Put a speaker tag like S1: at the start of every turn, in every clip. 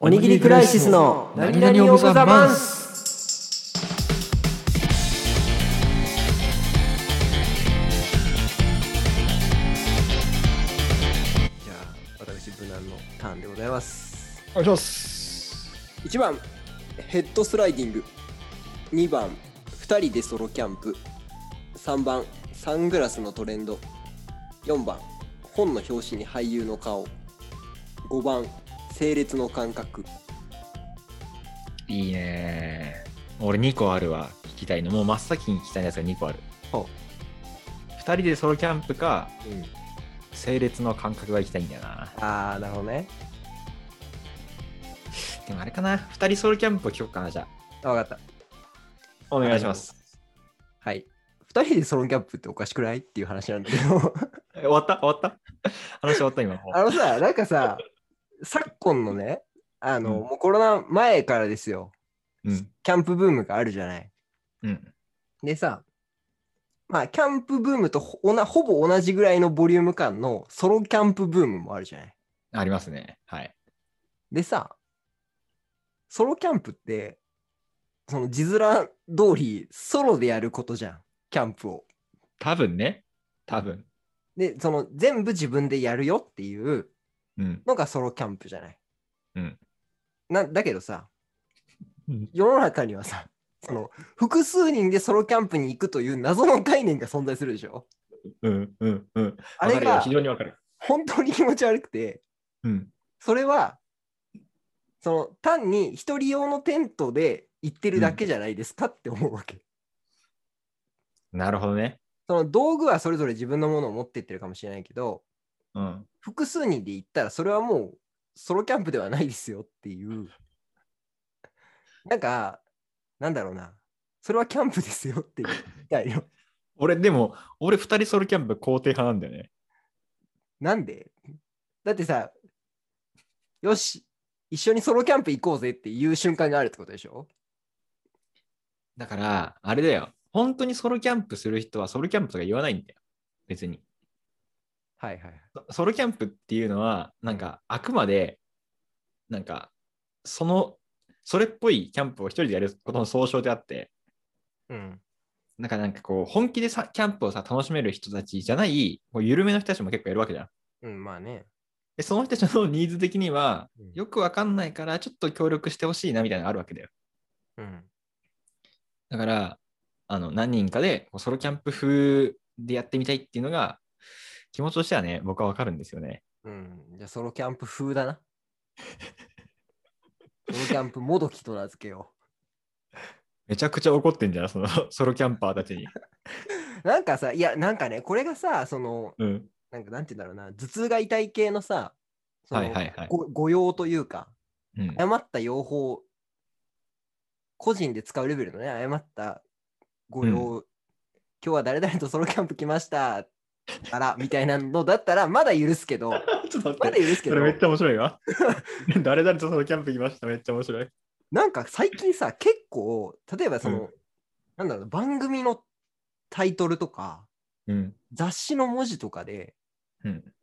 S1: おにぎりクライシスの何々オブザマンスじゃあ私無難のターンでございます
S2: お願いします
S1: 1番ヘッドスライディング2番2人でソロキャンプ3番サングラスのトレンド4番本の表紙に俳優の顔5番整列の感覚
S3: いいね俺2個あるわ聞きたいのもう真っ先に聞きたいやつが2個ある
S1: ほ
S3: 2人でソロキャンプか
S1: うん、
S3: 整列の感覚が行きたいんだよな
S1: ああなるほどね
S3: でもあれかな2人ソロキャンプを聞こうかなじゃあ
S1: 分かった
S3: お願いします
S1: はい2人でソロキャンプっておかしくないっていう話なんだけど
S3: え終わった終わった話終わった今もう
S1: あのさなんかさ昨今のねあの、
S3: うん
S1: もうコロナ前からですよ
S3: うん
S1: キャンプブームがあるじゃない
S3: うん
S1: でさまあキャンプブームとほおなほぼ同じぐらいのボリューム感のソロキャンプブームもあるじゃない
S3: ありますねはい
S1: でさ、ソロキャンプって、その字面通りソロでやることじゃん、キャンプを。
S3: 多分ね多分
S1: で、その全部自分でやるよっていう
S3: うん
S1: のがソロキャンプじゃない。
S3: うん
S1: なだけどさ
S3: うん、
S1: 世の中にはさ、その複数人でソロキャンプに行くという謎の概念が存在するでしょ
S3: うんうんうん
S1: あれ
S3: わかるよ
S1: が
S3: 非常にわかる
S1: 本当に気持ち悪くて、
S3: うん
S1: それは、その単に一人用のテントで行ってるだけじゃないですかって思うわけ。
S3: なるほどね
S1: その道具はそれぞれ自分のものを持ってってるかもしれないけど、
S3: うん
S1: 複数人で行ったらそれはもうソロキャンプではないですよっていう。なんか、なんだろうな。それはキャンプですよって言いたいよ。
S3: 俺でも俺2人ソロキャンプ肯定派なんだよね
S1: なんでだってさ、よし、一緒にソロキャンプ行こうぜっていう瞬間があるってことでしょ
S3: だから、あれだよ。本当にソロキャンプする人はソロキャンプとか言わないんだよ。別に。
S1: はいはい。
S3: ソソロキャンプっていうのは、なんか、あくまで、なんか、その、それっぽいキャンプを一人でやることの総称であって、
S1: うん。
S3: なんか、なんかこう、本気でさキャンプをさ、楽しめる人たちじゃない、こう緩めの人たちも結構いるわけじゃん。
S1: うん、まあね。
S3: で、その人たちのニーズ的には
S1: うん、
S3: よくわかんないから、ちょっと協力してほしいなみたいなのがあるわけだよ。
S1: うん。
S3: だから、あの何人かでこうソロキャンプ風でやってみたいっていうのが、気持ちとしてはね、僕はわかるんですよね。
S1: うん。じゃあソロキャンプ風だな。ソロキャンプもどきと名付けよう。
S3: めちゃくちゃ怒ってんじゃん、その ソロキャンパーたちに。
S1: なんかさ、いや、なんかね、これがさ、その、
S3: うん。
S1: なんかなんて言うんだろうな、頭痛が痛い系のさ、その
S3: はいはいはい
S1: ご御用というか、
S3: うん、
S1: 誤った用法を、個人で使うレベルのね、誤った御用、今日は誰々とソロキャンプ来ました、あら、みたいなのだったら、まだ許す けど、ま
S3: ちょっと
S1: だ
S3: 待って。
S1: 許すけ
S3: そ
S1: ど
S3: れ、めっちゃ面白いわ。 誰々とソロキャンプ行きました。めっちゃ面白い。
S1: なんか最近さ、結構、例えばその、なんだろう、番組のタイトルとか、
S3: うん。
S1: 雑誌の文字とかで、
S3: うん。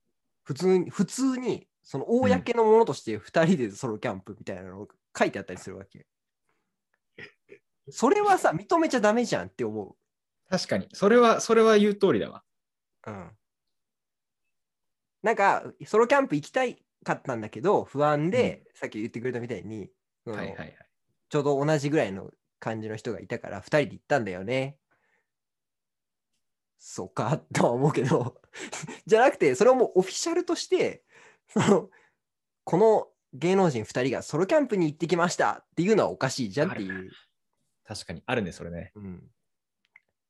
S1: 普通に、普通に、その、公のものとして2人でソロキャンプみたいなのが書いてあったりするわけ。それはさ、認めちゃダメじゃんって思
S3: 確かに。それは、それは言う通りだわ。
S1: う。うん。なんか、ソロキャンプ行きたいかったんだけど、不安で、さっき言ってくれたみたいに、そ
S3: は
S1: の
S3: いはいはい。
S1: ちょうど同じぐらいの感じの人がいたから、2人で行ったんだよね。そうか、とは思うけど、 じゃなくて、それをもうオフィシャルとして、その、この芸能人2人がソロキャンプに行ってきましたっていうのはおかしいじゃんっていう。
S3: 確かに。あるね、それね。
S1: うん、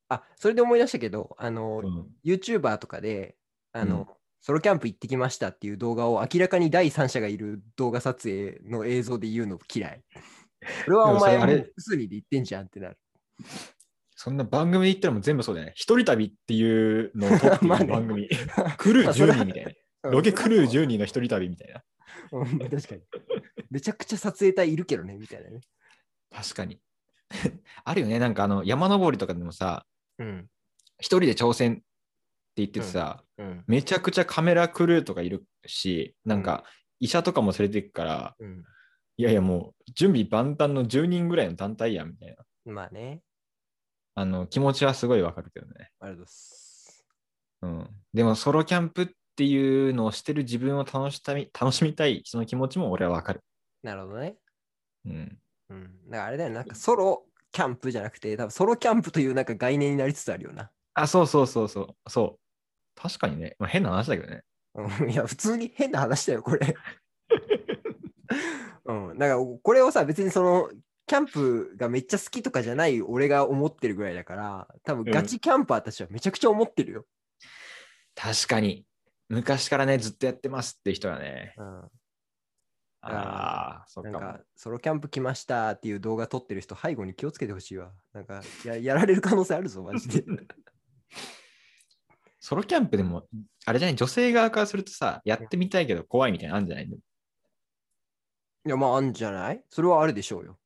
S1: あ、それで思い出したけど、あの
S3: う、ん。
S1: YouTuber とかで、あの、
S3: うん
S1: ソロキャンプ行ってきましたっていう動画を明らかに第三者がいる動画撮影の映像で言うの嫌 い。それはお前
S3: でもそれあれ
S1: もう複数人で行ってんじゃんってなる。
S3: そんな番組で言ったらもう全部そうだよね。一人旅っていうのを撮って
S1: まあ
S3: る
S1: ね
S3: 番組。クルー
S1: まあそれは
S3: 10人みたいな。ロケクルー10人の一人旅みたいな。
S1: うん確かに。めちゃくちゃ撮影隊いるけどね、みたいなね。
S3: 確かに。 あるよね。なんかあの山登りとかでもさ、
S1: うん。
S3: 一人で挑戦って言っててさ、
S1: うん。
S3: めちゃくちゃカメラクルーとかいるし、なんか医者とかも連れてくから、
S1: うん。
S3: いやいやもう準備万端の10人ぐらいの団体やんみたいな。
S1: まあね。
S3: あの気持ちはすごいわかるけどね。
S1: ありがとうございます。
S3: うん。でもソロキャンプっていうのをしてる自分を楽したみ楽しみたい人の気持ちも俺はわかる。
S1: なるほどね。
S3: うん。
S1: うん。だからあれだよね、なんかソロキャンプじゃなくて、多分ソロキャンプというなんか概念になりつつあるよな。
S3: あ、そうそうそうそう。そう。確かにね。まあ、変な話だけどね。
S1: うん いや、普通に変な話だよ、これ。うん。だから、これをさ、別にその、キャンプがめっちゃ好きとかじゃない俺が思ってるぐらいだから、多分ガチキャンパーたちはめちゃくちゃ思ってるよ。
S3: 確かに。昔からね、ずっとやってますって人はね。
S1: うん。
S3: ああ、そっ
S1: なん
S3: かも
S1: か、ソロキャンプ来ましたっていう動画撮ってる人、背後に気をつけてほしいわ。なんかや、やられる可能性あるぞ、マジ で。
S3: ソロキャンプでも、あれじゃない、女性側からするとさ、やってみたいけど怖いみたいなのあるんじゃない
S1: いや、まあ、あんじゃないそれはあるでしょうよ。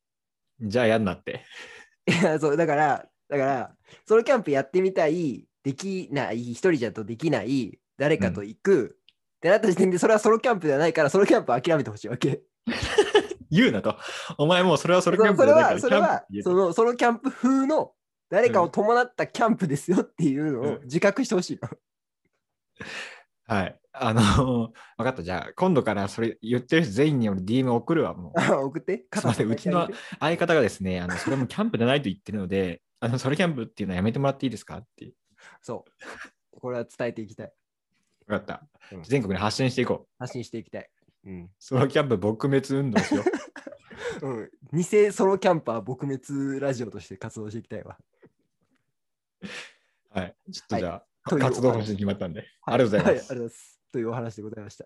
S3: じゃあやんなって。
S1: いや、 そう、だから、だから、ソロキャンプやってみたい、できない、一人じゃとできない、誰かと行く、ってなった時点で、それはソロキャンプではないから、ソロキャンプは諦めてほしいわけ。
S3: 言うなと。お前も うそれはソ
S1: そ
S3: ロキャンプ
S1: そ
S3: じ
S1: れ
S3: ゃないから
S1: は、それは
S3: キャンプって、言え
S1: そのソロキャンプ風の、誰かを伴ったキャンプですよっていうのを
S3: うん
S1: 自覚してほしいの。
S3: はい。あの 分かった。じゃあ、今度からそれ言ってる人全員に俺 DM 送るわ。もう
S1: 送って、
S3: すいませんうちの相方がですね、あのそれもキャンプじゃないと言ってるので、あのソロキャンプっていうのはやめてもらっていいですかって。
S1: そう。これは伝えていきたい。
S3: 分かった
S1: うん。
S3: 全国に発信していこう。
S1: 発信していきたい。うん。
S3: ソロキャンプ撲滅運動しよう。
S1: うん。偽ソロキャンパー撲滅ラジオとして活動していきたいわ。
S3: はい。ちょっとじゃあ、
S1: はい
S3: 活動方針決まったんで。ありがとうございます
S1: はありがとうございます。というお話でございました。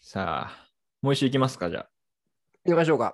S3: さあ、もう一周いきますか、じゃあ。
S1: 行きましょうか。